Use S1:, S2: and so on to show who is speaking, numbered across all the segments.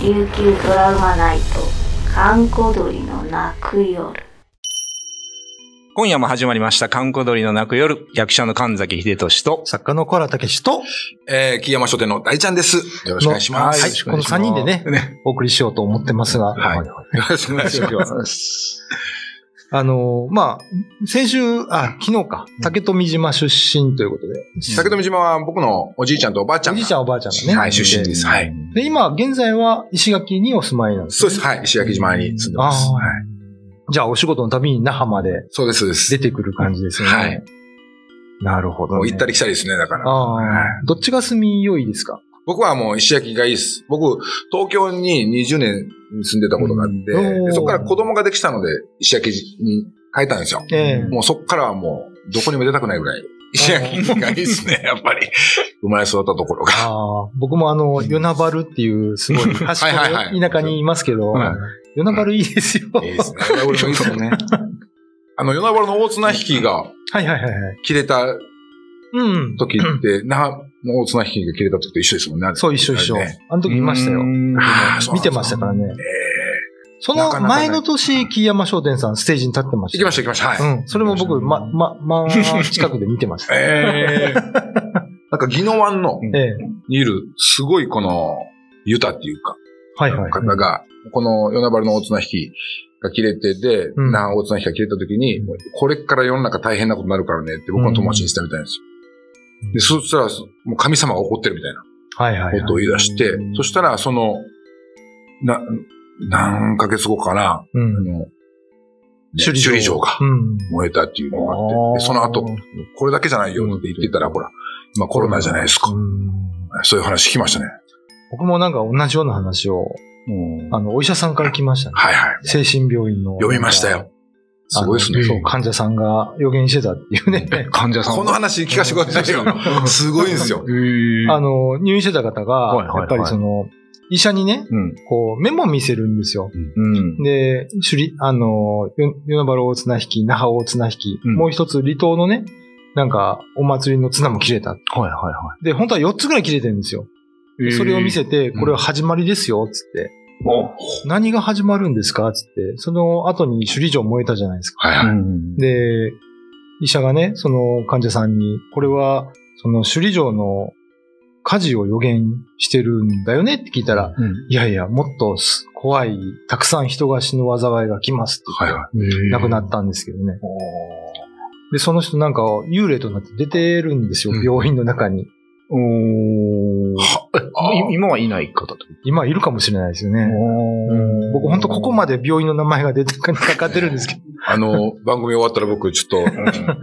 S1: 琉球ドラマナイト閑古鳥の泣く夜
S2: 今夜も始まりました、観光鳥の泣く夜、役者の神崎秀俊と、
S3: 作家の小原武史と、
S4: えー、木山書店の大ちゃんです。よろしくお願いしま
S3: はい、
S4: す。
S3: この3人でね、
S4: ね。
S3: お送りしようと思ってますが、
S4: はいよろしくお願いします。
S3: あのー、まあ、先週、あ、昨日か、竹富島出身ということで、
S4: 竹富島は僕のおじいちゃんとおばあちゃ
S3: お
S4: んが。
S3: じいちゃんおばあちゃんがね、
S4: はい、出身です。はい。
S3: で、今、現在は石垣にお住まいなんです
S4: そうです。はい。石垣島に住んでます。
S3: あー
S4: はい。
S3: じゃあ、お仕事のたびに那覇まで
S4: そうです、そうです。
S3: 出てくる感じですよね。
S4: はい。
S3: なるほど、ね。
S4: もう行ったり来たりですね、だから。
S3: ああ、どっちが住みよいですか
S4: 僕はもう石垣がいいです。僕、東京に20年住んでたことがあって、
S3: うんおー
S4: でそこから子供ができたので、石垣に帰ったんですよ。
S3: ええ
S4: もうそこからはもう、どこにも出たくないぐらい。石垣がいいですね、やっぱり。生まれ育ったところが。
S3: ああ、僕もあの、与那原っていうすごい端っこ
S4: はいはいはい
S3: の田舎にいますけど、
S4: はい
S3: 与那原いいですよ。
S4: いいですね。与那原のいいですね。あの、与那原の大綱引きが
S3: はいはいはいはい。
S4: 切れた
S3: うん。
S4: 時 って、那覇の大綱引きが切れた時と一緒ですもんね。
S3: そう、一緒一緒。
S4: ね
S3: あの時いましたよ。
S4: あーそうなんですよ
S3: 見てましたからね
S4: え。
S3: そ
S4: な
S3: の
S4: かなかね
S3: 前の年、木山商店さん、ステージに立ってま
S4: ー
S3: し
S4: 行き
S3: た
S4: ま
S3: よ。
S4: した、行きました。はい。
S3: うん。それも僕、ま、ま、ま、 近くで見てました。え
S4: ええなんか、宜野湾の、
S3: え。
S4: にいる、すごいこの、ユタっていうか、
S3: はいはい。
S4: 方が、この与那原の大綱引きが切れてで、
S3: うん
S4: 那覇大綱引きが切れた時に、これから世の中大変なことになるからねって僕の友達にしたみたいなんですよ。で、そしたら、もう神様が怒ってるみたいな。
S3: はいはいはい。
S4: ことを言い出して、そしたら、その、な、何ヶ月後かな、
S3: う
S4: あ
S3: ん。
S4: の、ね首里城が
S3: うん。
S4: 燃えたっていうのがあって、でその後、これだけじゃないよって言ってたら、ほら、今コロナじゃないですか
S3: う。ん
S4: そういう話聞きましたね。
S3: 僕もなんか同じような話を、あの、お医者さんから来ましたね。
S4: はいは
S3: 精
S4: い。
S3: 神病院の。
S4: 読みました。よ。すごいです
S3: あの
S4: ね。
S3: そう、患者さんが予言してたっていうね。
S2: 患者さん。
S4: この話聞かせてくださいよ。すごいんですよ。
S3: あの、入院してた方
S2: は
S3: が
S2: いはい、はい
S3: やっぱりその、医者にね、
S2: うん。
S3: こう、メモを見せるんですよ。
S2: うん。
S3: で、首里、あの、よ与那原大綱引き、那覇大綱引き、
S2: うん
S3: もう一つ離島のね、なんか、お祭りの綱も切れた。
S2: はいはいは
S3: で、本当は4つぐらい切れてるんですよ。でそれを見せて、
S2: うん
S3: これは始まりですよ、つって。
S2: お
S3: 何が始まるんですかつって。その後に首里城燃えたじゃないですか。
S4: はいはい。
S3: で、医者がね、その患者さんに、これは、その首里城の火事を予言してるんだよねって聞いたら、いやいや、もっとす怖い、たくさん人が死ぬ災いが来ますって言
S4: は
S3: っ
S4: い
S3: て、亡
S4: は
S3: くなったんですけどね。で、その人なんか幽霊となって出てるんですよ、
S4: うん
S3: 病院の中に。
S2: お
S4: い。
S2: 今はいない方と。
S3: 今いるかもしれないですよね。うん僕本当ここまで病院の名前が出てかかってるんですけど。
S4: あの、番組終わったら僕ちょっと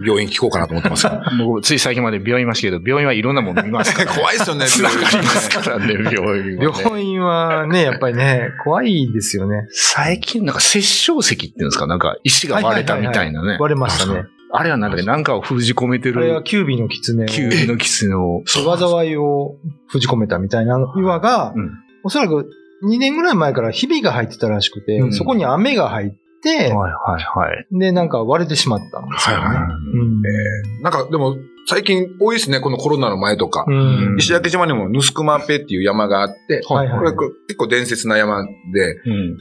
S4: 病院聞こうかなと思ってます。
S2: 僕、つい最近まで病院いましたけど、病院はいろんなもの見ます から。
S4: 怖いですよ ね、
S2: つながりますからね、病院はね。
S3: 病院はね、やっぱりね、怖いですよね。
S2: 最近、なんか、殺生石っていうんですかなんか、石が割れたみたいなね。
S3: 割れましたね。
S2: あれはなんか、なんかを封じ込めて
S3: あれは
S2: る、
S3: キュービーの狐を、
S2: キュウリのキスの。
S3: 災いを封じ込めたみたいな岩が、
S2: うん
S3: おそらく2年ぐらい前からひびが入ってたらしくて、
S2: うん
S3: そこに雨が入って、
S2: はいはいはい。
S3: で、なんか割れてしまったんです
S4: はい
S3: よね。
S4: はい。
S3: うん
S4: なんかでも最近多いですね、このコロナの前とか。
S3: うん
S4: 石垣島にもヌスクマペっていう山があって、
S3: はいはい
S4: これこれ結構伝説な山で、
S2: う
S4: え
S2: ん。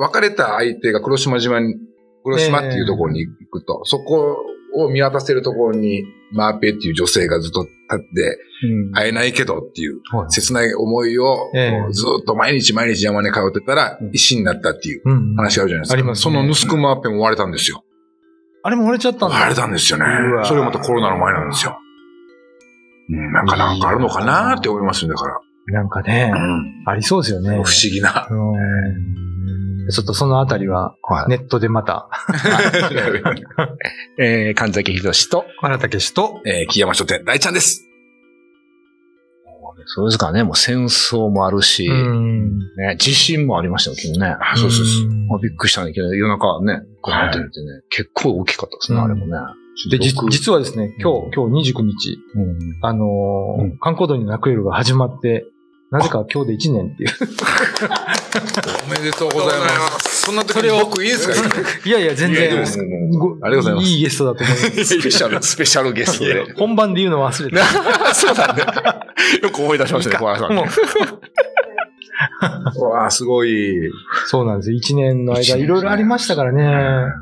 S4: ー別れた相手が黒島島に、黒島っていうところに行くと、そこを見渡せるところにマーペっていう女性がずっと立って、 会えないけどっていう
S2: はい
S4: 切ない思いを、
S3: ええ
S4: こうずっと毎日毎日山に通ってたら
S2: うん
S4: 石になったっていう
S3: うん
S4: 話があるじゃないですか。
S3: ありますね
S4: そのヌスクマペも割れたんですよ。
S3: あれも割れちゃったんだ。
S4: 割れたんですよね
S3: うわ。
S4: それがまたコロナの前なんですよ。うん、なんかなんかあるのかなって思いますよ、だから。
S3: なんかね、
S4: うん
S3: ありそうですよね。
S4: 不思議な。
S3: うんちょっとそのあたりは、ネットでまた、
S2: えー、神崎秀と。
S3: 原武史と、
S4: えー、木山書店、大ちゃんです。
S2: そうですからね、もう戦争もあるし、
S3: うん
S2: ね、地震もありましたよ、昨日ね。
S4: あそうそうそう。
S2: まあ、びっくりしたんだけど、夜中ね、こうなってみてね、結構大きかったですね、
S3: うん
S2: あれもね。
S3: で、じ
S2: 僕
S3: 実はですね、今日、今日29日、
S2: うん
S3: あのー
S2: うん
S3: 観光鳥の泣く夜が始まって、なぜか今日で1年っていう。
S4: おめでとうございます。そんな時
S3: それを
S4: に僕いいですか
S3: いやいや、全
S4: いやいや
S3: 然。ご
S4: ありがとうございます
S3: いいゲストだと思います。
S2: スペシャル、スペシャルゲストで。
S3: 本番で言うの忘れてた。
S2: そうだね。よく思い出しましたね、小原さんね。
S4: うわあ、すごい。
S3: そうなんですよ。一年の
S4: 一
S3: 間、
S4: 年
S3: いろいろありましたからね。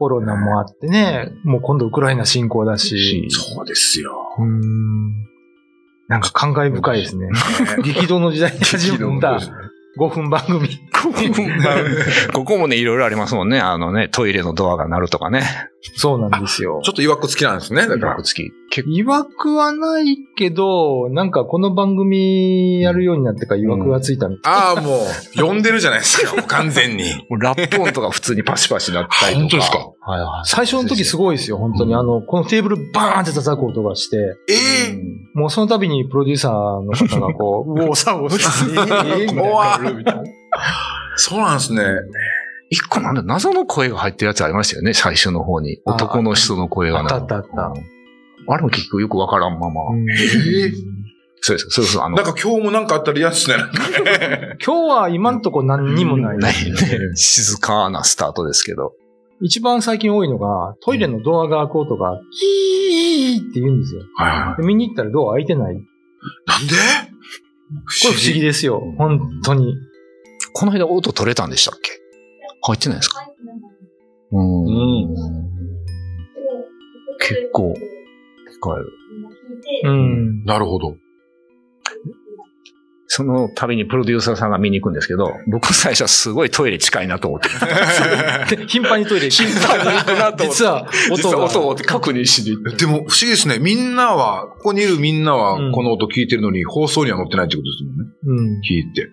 S3: コロナもあってね、もう今度ウクライナ侵攻だし。
S4: そうですよ。
S3: うーん。なんか感慨深いですね。激動の時代に始まった5分番組。
S2: ここもね、いろいろありますもんね。あのね、トイレのドアが鳴るとかね。
S3: そうなんです よ。
S4: ちょっと曰く好きなんですね。だから。
S2: 付き。結
S3: 違和くはないけど、なんかこの番組やるようになってから違和くがついたみたい
S4: ああ、もう、呼んでるじゃないです か。もう完全に。
S2: 構ラップ音とか普通にパシパシ鳴ったりとか。
S3: はいはい。最初の時すごいですよ、本当に。
S2: うん
S3: あの、このテーブルバーンって叩く音がして、
S4: ええ
S3: もうその度にプロデューサーの方がこう、うおーさおさ。 えーみたいな
S4: 怖いそうなんですね。
S2: 一個なんだ、謎の声が入ってるやつありましたよね、最初の方に。
S3: あー
S2: 男の人の声がな
S3: あったあったあった
S2: あれも結局よくわからんまま。
S3: うん
S4: ええ
S2: そうです、そうそう、あの、
S4: なんか今日もなんかあったら嫌っすね。
S3: 今日は今んとこ何にもない。
S2: ないね。静かなスタートですけど。
S3: 一番最近多いのが、トイレのドアが開く音が、キーって言うんですよ。
S4: は
S3: で見に行ったらドア開いてない。こ
S4: い。なんで
S3: れ不思議ですよ。本当に。
S2: この間音取れたんでしたっけ入ってないですかうーん。結構、聞こえる。
S3: うん。
S4: なるほど。
S2: その度にプロデューサーさんが見に行くんですけど、僕最初はすごいトイレ近いなと思って。
S3: で頻繁にトイレ行く。
S2: 近いなと思って
S3: 実は、
S2: 実
S3: 音
S2: は
S3: が。
S2: 音を確認しに行っ
S4: でも不思議ですね。みんなは、ここにいるみんなはこの音聞いてるのに放送には載ってないってことですもんね。
S3: うん。
S4: 聞いて。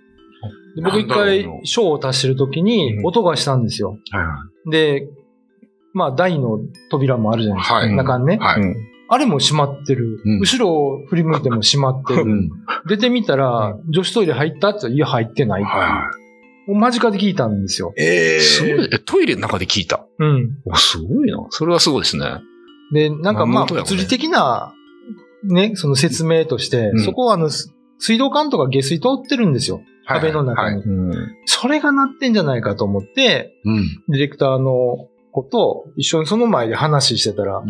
S3: で僕一
S4: なんだろう
S3: 回、ショーを足してる時に
S2: う、ん
S3: 音がしたんですよ。
S4: はい
S3: で、まあ、台の扉もあるじゃないですか。
S4: はい
S3: 中にね。
S4: はい。はい。
S3: あれも閉まってる。
S4: うん
S3: 後ろを振り向いても閉まって
S4: う
S3: る。
S4: ん。
S3: 出てみたら、女子トイレ入ったって言ったらいや、入ってない。
S4: は
S3: もう間近で聞いたんですよ。
S4: い。ええ
S2: て。すごい、え、トイレの中で聞いた。
S3: うん。
S2: お、すごいな。それはすごいですね。
S3: で、なんかまあ、
S2: まあ元やもんね
S3: 物理的な、ね、その説明として、
S2: うん
S3: そこはあの、す水道管とか下水通ってるんですよ。壁の中に。
S4: はい
S2: うん。
S3: それが鳴ってんじゃないかと思って、
S4: うん。
S3: ディレクターの子と一緒にその前で話してたら、
S4: ん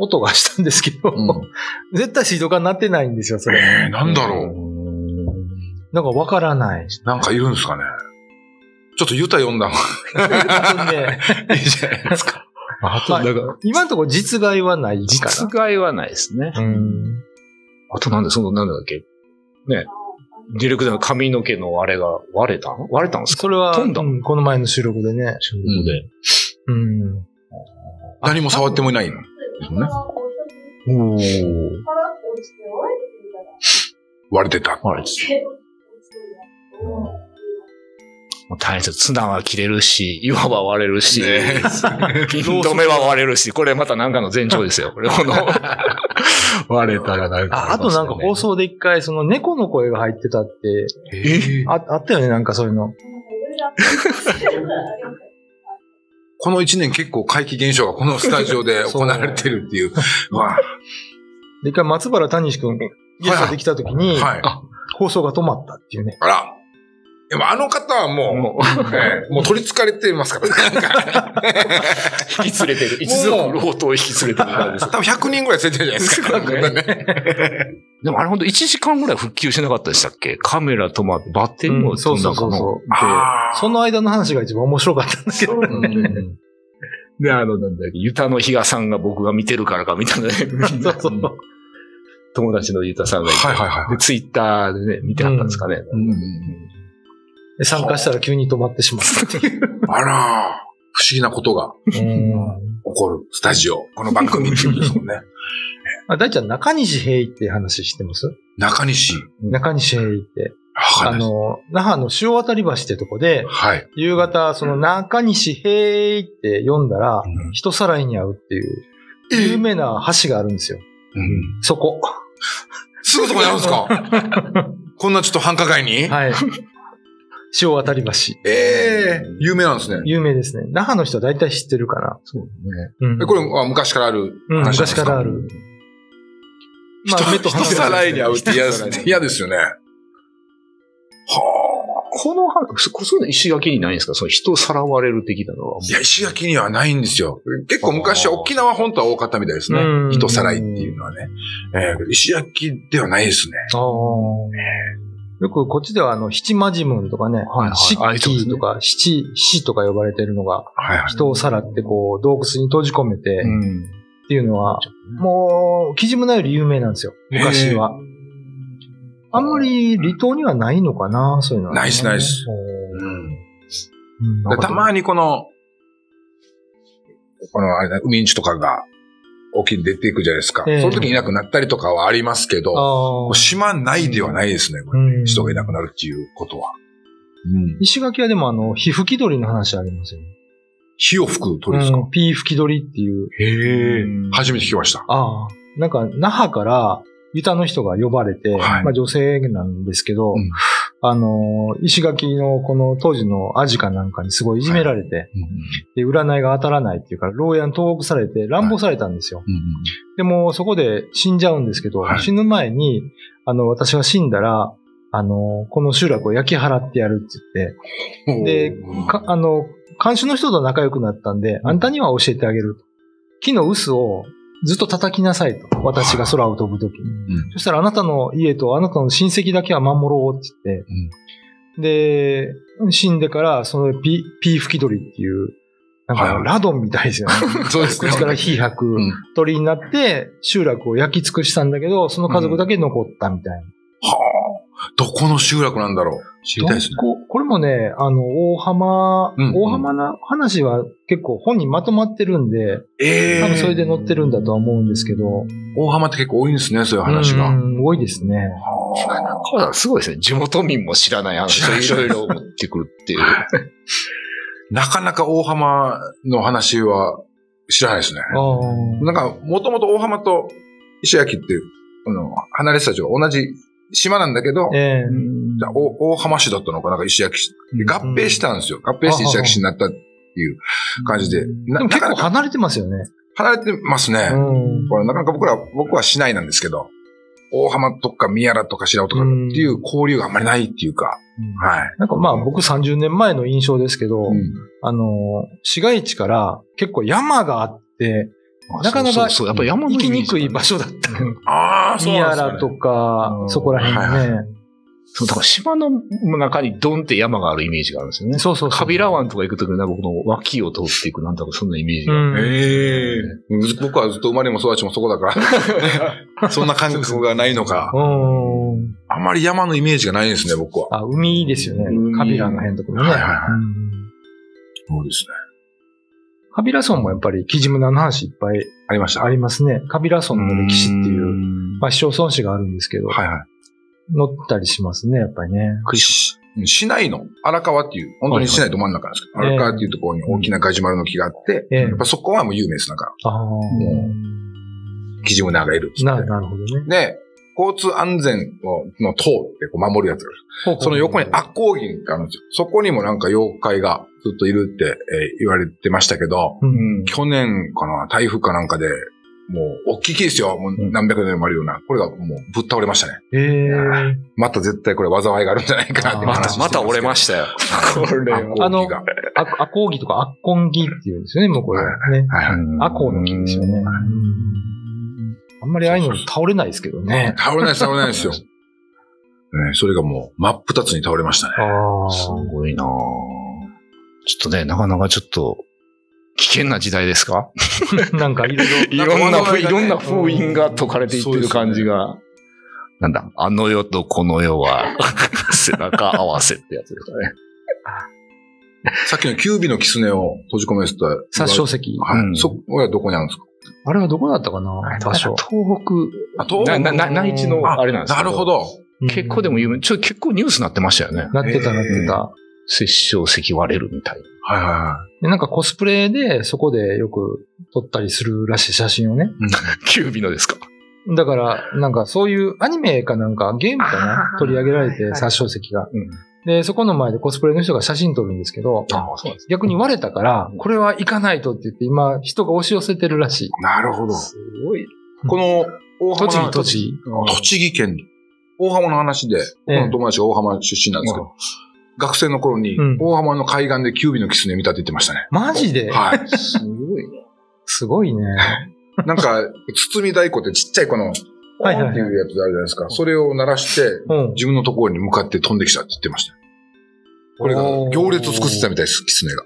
S3: 音がしたんですけど、
S4: うん
S3: 絶対水道管鳴ってないんですよ、それ。
S4: えーなんだろう。
S3: なんかわからない。
S4: なんかいるんですかね。ちょっとユタ読んだ
S3: で
S4: 方がいいじゃないですか。
S2: あと、だから、
S3: 今のところ実害はないから。
S2: 実害はないですね。
S3: うん。
S2: あとなんで、その、なんだっけ。ね。ディレクターの髪の毛のあれが割れたの割れたんですか
S3: それは、
S2: 飛んだ
S3: うんこの前の収録でね。
S2: 中国で。
S3: うん。
S4: 何も触ってもいないの。
S2: おお。
S4: 割れてた。
S2: 割れてたもう大変ですよ。ツナは切れるし、岩は割れるし、
S4: ね
S2: ピン止めは割れるし、これまたなんかの前兆 ですよ。これこの割れたらなんか
S3: ああとなんか放送で一回、その猫の声が入ってたって、
S4: え
S3: ああったよね、なんかそういうの。
S4: この一年結構怪奇現象がこのスタジオで行われてるっていう。うわ
S3: で、一回松原谷志くん、ゲストできた時に、
S4: はい。
S3: 放送が止まったっていうね。
S4: あら。でもあの方はも
S2: もう
S4: う、えーもう取り憑かれてますか ら、なんか。
S2: 引き連れてる。一族老頭を引き連れてる感じです。
S4: 多分100人ぐらい連れてるじゃないで すか。
S2: そうだ でもあれほんと1時間ぐらい復旧しなかったでしたっけカメラ止まって、バッテリーも
S3: うんそ
S2: 飛
S3: うん
S2: だ
S3: そう
S2: か
S3: そう
S2: の。
S3: そう。で、
S4: あー
S3: その間の話が一番面白かったんだけど。
S4: うん
S2: で、あの、なんだっけ、ユタの比嘉さんが僕が見てるからか、みたいなね。
S3: そうそう
S2: うん友達のユタさんがいて。
S4: はいはいはい
S2: で、ツイッターでね、見てはったんですかね。
S4: うん
S3: で参加したら急に止まってしまったっていう。
S4: あら、不思議なことが
S3: うん
S4: 起こるスタジオ。この番組っていうことですもんね。
S3: あ大ちゃん、中西平井って話知ってます
S4: 中西。
S3: 中西平井って。あ
S4: あの、
S3: の、那覇の潮渡り橋ってとこで、
S4: はい。
S3: 夕方、その中西平井って読んだら、
S4: うん
S3: 人さらいに会うっていう、有名な橋があるんですよ。
S4: うん
S3: そこ。
S4: すぐそこにあるんですか こんなちょっと繁華街に
S3: はい。潮渡り橋。
S4: ええ有名なんですね。
S3: 有名ですね。那覇の人は大体知ってるかな。
S2: そうね。
S3: うん
S4: えこれは昔からある
S3: うん、
S4: 話なんで
S3: 昔
S4: すか、
S3: からある。まあ、目と
S4: 人
S3: 鼻
S4: 人さらいに会うって嫌です
S3: 人さらいに
S4: ね
S3: 会。う
S4: 嫌ですよね。は
S2: この話、そこそういうの石垣にないんですかその人さらわれる的なのは
S4: あ。。いや、石垣にはないんですよ。結構昔は沖縄本島は多かったみたいですね
S3: う。ん
S4: 人さらいっていうのはね。えー石垣ではないですね。
S3: ああ。よくこっちではあの、七魔ジムンとかね、
S2: はいはい
S3: 七
S2: あいつもです
S3: 鬼
S2: ね
S3: とか、七死とか呼ばれてるのが、
S4: はいはい。
S3: 人をさらってこう、洞窟に閉じ込めて、
S2: う
S3: っ
S2: ん。
S3: ていうのは、もう、キジムナより有名なんですよ、昔は。あんまり離島にはないのかな、そういうのはね、
S4: ないっすないっす
S3: おー
S4: うん
S3: うん
S4: でたまにこの、このあれだ、ウミンチとかが沖に出ていくじゃないですか。
S3: ええ
S4: その時にいなくなったりとかはありますけど、
S3: あー
S4: 島内ではないですね、これね
S3: うん
S4: 人がいなくなるっていうことは。うん。
S3: 石垣はでもあの、火吹き鳥の話ありますよね。
S4: 火を吹く鳥ですか、
S3: うん、ピー吹き鳥っていう。
S4: へえ
S3: うん
S4: 初めて聞きました。
S3: ああ。なんか、那覇から、ユタの人が呼ばれて、
S4: はい
S3: まあ女性なんですけど、
S4: うん
S3: あのー、石垣のこの当時のアジかなんかにすごいいじめられて、で、占いが当たらないっていうから、牢屋に投獄されて乱暴されたんですよ。でも、そこで死んじゃうんですけど、
S4: はい
S3: 死ぬ前に、あの、私が死んだら、あの、この集落を焼き払ってやるって
S4: うん
S3: で言って、か、あの、監視の人と仲良くなったんで、あんたには教えてあげると。木の臼をずっと叩きなさいと。私が空を飛ぶときに。
S4: うん
S3: そしたらあなたの家とあなたの親戚だけは守ろうって言って、で、死んでから、そのピ、ピー吹き鳥っていう、なん
S4: はい
S3: か
S4: はい
S3: ラドンみたいですよね。
S4: そうですね。
S3: 口から火吐く
S4: うん
S3: 鳥になって、集落を焼き尽くしたんだけど、その家族だけ残ったみたいな。
S4: はあ。どこの集落なんだろう知りたいですね。
S3: どここれもね、あの、大浜、
S4: うん
S3: 大浜な話は結構本にまとまってるんで、
S4: ええ
S3: 多分それで載ってるんだとは思うんですけど、
S4: 大浜って結構多いんですね、そういう話が。
S3: うんうん多いですね。
S4: は
S2: これはすごいですね。地元民も知らない話をいろいろ持ってくるっていう。
S4: あなかなか大浜の話は知らないですね。
S3: あー
S4: なんか、もともと大浜と石垣って、あの、離れてたちは同じ島なんだけど、
S3: ええ
S4: じゃあお大浜市だったのかなんか石垣市。で合併したんですよ。合併して石垣市になったっていう感じで。な
S3: でも
S4: な
S3: 結
S4: か
S3: 構
S4: なか
S3: 離れてますよね。
S4: 離れてますね。
S3: うん
S4: これなかなか僕ら、僕は市内なんですけど、大浜とか宮良とか白尾とかっていう交流があんまりないっていうか、はい。
S3: なんかまあ僕30年前の印象ですけど、
S4: うん
S3: あの、市街地から結構山があって、
S2: あ
S3: なかな
S2: そ
S3: か
S2: うそうそうやっぱ山の
S3: 行き
S2: イメー
S3: に
S2: ジだ
S3: く
S2: ね
S3: い場所だった。
S4: ああ、そう
S3: 宮
S4: なんです
S3: 良
S4: よ
S3: と
S4: ね。
S3: か
S2: う、ん
S3: そこら辺ね。
S2: そうだから島の中にドンって山があるイメージがあるんですよね。
S3: そうそうそう。
S2: カビラ湾とか行くときのなんかこの脇を通っていくなんだかそんなイメージ
S3: う
S2: が。
S3: ん
S4: ええ僕はずっと生まれも育ちもそこだから、 そんな感覚がないのか。
S3: うん。
S4: あまり山のイメージがないですね、僕は。
S3: あ、海ですよね
S2: 海。
S3: カビラの辺とかもね。
S4: はいはいはい
S3: うん
S4: そうですね。
S3: カビラ村もやっぱり、キジムナの話いっぱい
S4: ありました。
S3: あ
S4: はい
S3: りますね。カビラ村の歴史っていう、
S2: う。
S3: まあ、市町村史があるんですけど、
S4: は
S3: 載ったりしますね、やっぱりね。
S4: い。し市内の荒川っていう、本当に市内ど真ん中なんですけど、
S3: はいはい
S4: 荒川っていうところに大きなガジュマルの木があって、
S3: ええ
S4: やっぱそこはもう有名です。なんか、
S3: ああ。
S4: キジムナーがいるっつって
S3: ななるほどね。
S4: で、交通安全をの塔ってこう守るやつがあるその横に悪光銀があるんですよ。そこにもなんか妖怪がずっといるって、えー言われてましたけど、
S3: うん。
S4: 去年かな、台風かなんかで、もう、大きい木ですよ。もう何百年もあるような。これがもうぶっ倒れましたね。
S3: ええ
S4: また絶対これ災いがあるんじゃないかなって
S3: あー
S2: また、また折れま
S4: し
S2: したよ。これは。
S4: あの、が。
S3: アコアコーギとかアッコンギっていうんですよね、もうこれ。ね。
S4: はいはい
S3: アコウの木ですよね。うんあんまりああいうの倒れないですけどね。
S4: 倒れないです、倒れないですよ。ねそれがもう、真っ二つに倒れましたね。
S3: ああ。
S2: すごいなぁちょっとね、なかなかちょっと、危険な時代ですか
S3: なんかいろい
S2: い
S4: なんか
S2: ろんな、
S4: 我々がね
S2: いろんな封印が解かれていってる感じが。なんだ、あの世とこの世は 背中合わせってやつですかね。
S4: さっきのキュービの狐を閉じ込めてた。
S3: 殺傷石。
S4: はい。
S2: うん
S4: そこはどこにあるんですか
S3: あれはどこだったかな場所。
S4: あ、東
S2: な
S4: 北
S2: なな内地のあれなんですけ
S4: なるほど。
S2: 結構でも有名。ちょ、結構ニュースになってましたよね。
S3: なってたなってた。
S2: 殺生石割れるみたいな。
S4: はいはいは
S3: でなんかコスプレでそこでよく撮ったりするらしい写真をね。
S2: キュービのですか
S3: だから、なんかそういうアニメかなんかゲームかな
S1: あー
S3: 取り上げら
S1: は
S3: れ
S1: いは
S3: て
S1: い
S3: 殺傷石が。
S2: うん。
S3: で、そこの前でコスプレの人が写真撮るんですけど、
S2: ああ、そうなんです。
S3: 逆に割れたから、これは行かないとって言って今人が押し寄せてるらしい。
S4: い。なるほど。
S2: すごい。
S4: この、大浜
S3: 栃木、
S4: の
S3: 栃木。
S4: 栃木県。大浜の話で、
S3: ええ
S4: 僕の友達が大浜出身なんですけど、学生の頃に
S3: うん、
S4: 大浜の海岸でキュービの狐見たって言ってましたね。
S3: マジで
S4: はい。
S2: すごいな。
S3: すごいね。
S4: なんか、包み太鼓ってちっちゃいこの、ポ
S3: はいはい
S4: ンっていうやつあるじゃないですか。それを鳴らして、
S3: うん。
S4: 自分のところに向かって飛んできたって言ってました。これが行列を作ってたみたいです、狐が。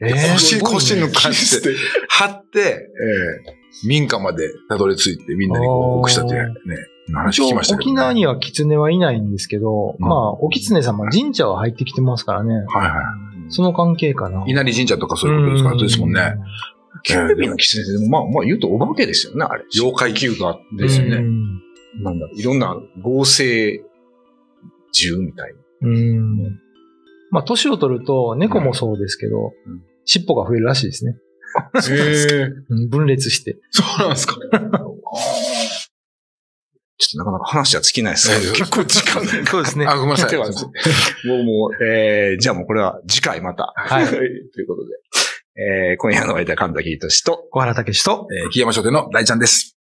S3: えー
S4: 腰、腰抜かし、
S2: して
S4: 張って、えー民家までたどり着いてみんなにご報告したというね、話聞きましたけど、
S3: 沖縄には狐はいないんですけど、
S4: うん
S3: まあ、お狐様、神社は入ってきてますからね。
S4: はいは
S3: その関係かな。
S4: い。稲荷神社とかそういうことですから、そうですもんね。
S2: キュービーの狐って、まあまあ言うとお化けですよね、あれ。
S4: 妖怪休暇
S3: うん。
S4: ですよね。
S2: なんだろういろんな合成銃みたいな。
S3: うん。うん。まあ、年を取ると、猫もそうですけど
S2: ん、
S3: 尻尾が増えるらしいですね。
S4: へえ。
S3: うん分裂して。
S4: そうなんですか。
S2: ちょっとなかなか話は尽きないです
S4: ええ
S2: けど、結構時間が。
S3: そうですね。
S4: あ、ごめんな さい。
S2: ではもうもう、えー、じゃあもうこれは次回また。
S3: はい
S2: ということで、えー、今夜の間、神崎仁と、
S3: 小原武史と、
S4: えー、木山商店の大ちゃんです。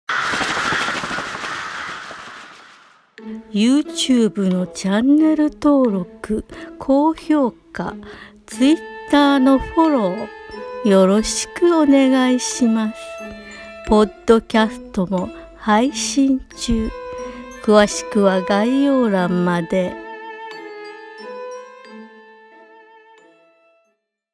S5: YouTube のチャンネル登録高評価 Twitter のフォローよろしくお願いしますポッドキャストも配信中詳しくは概要欄まで。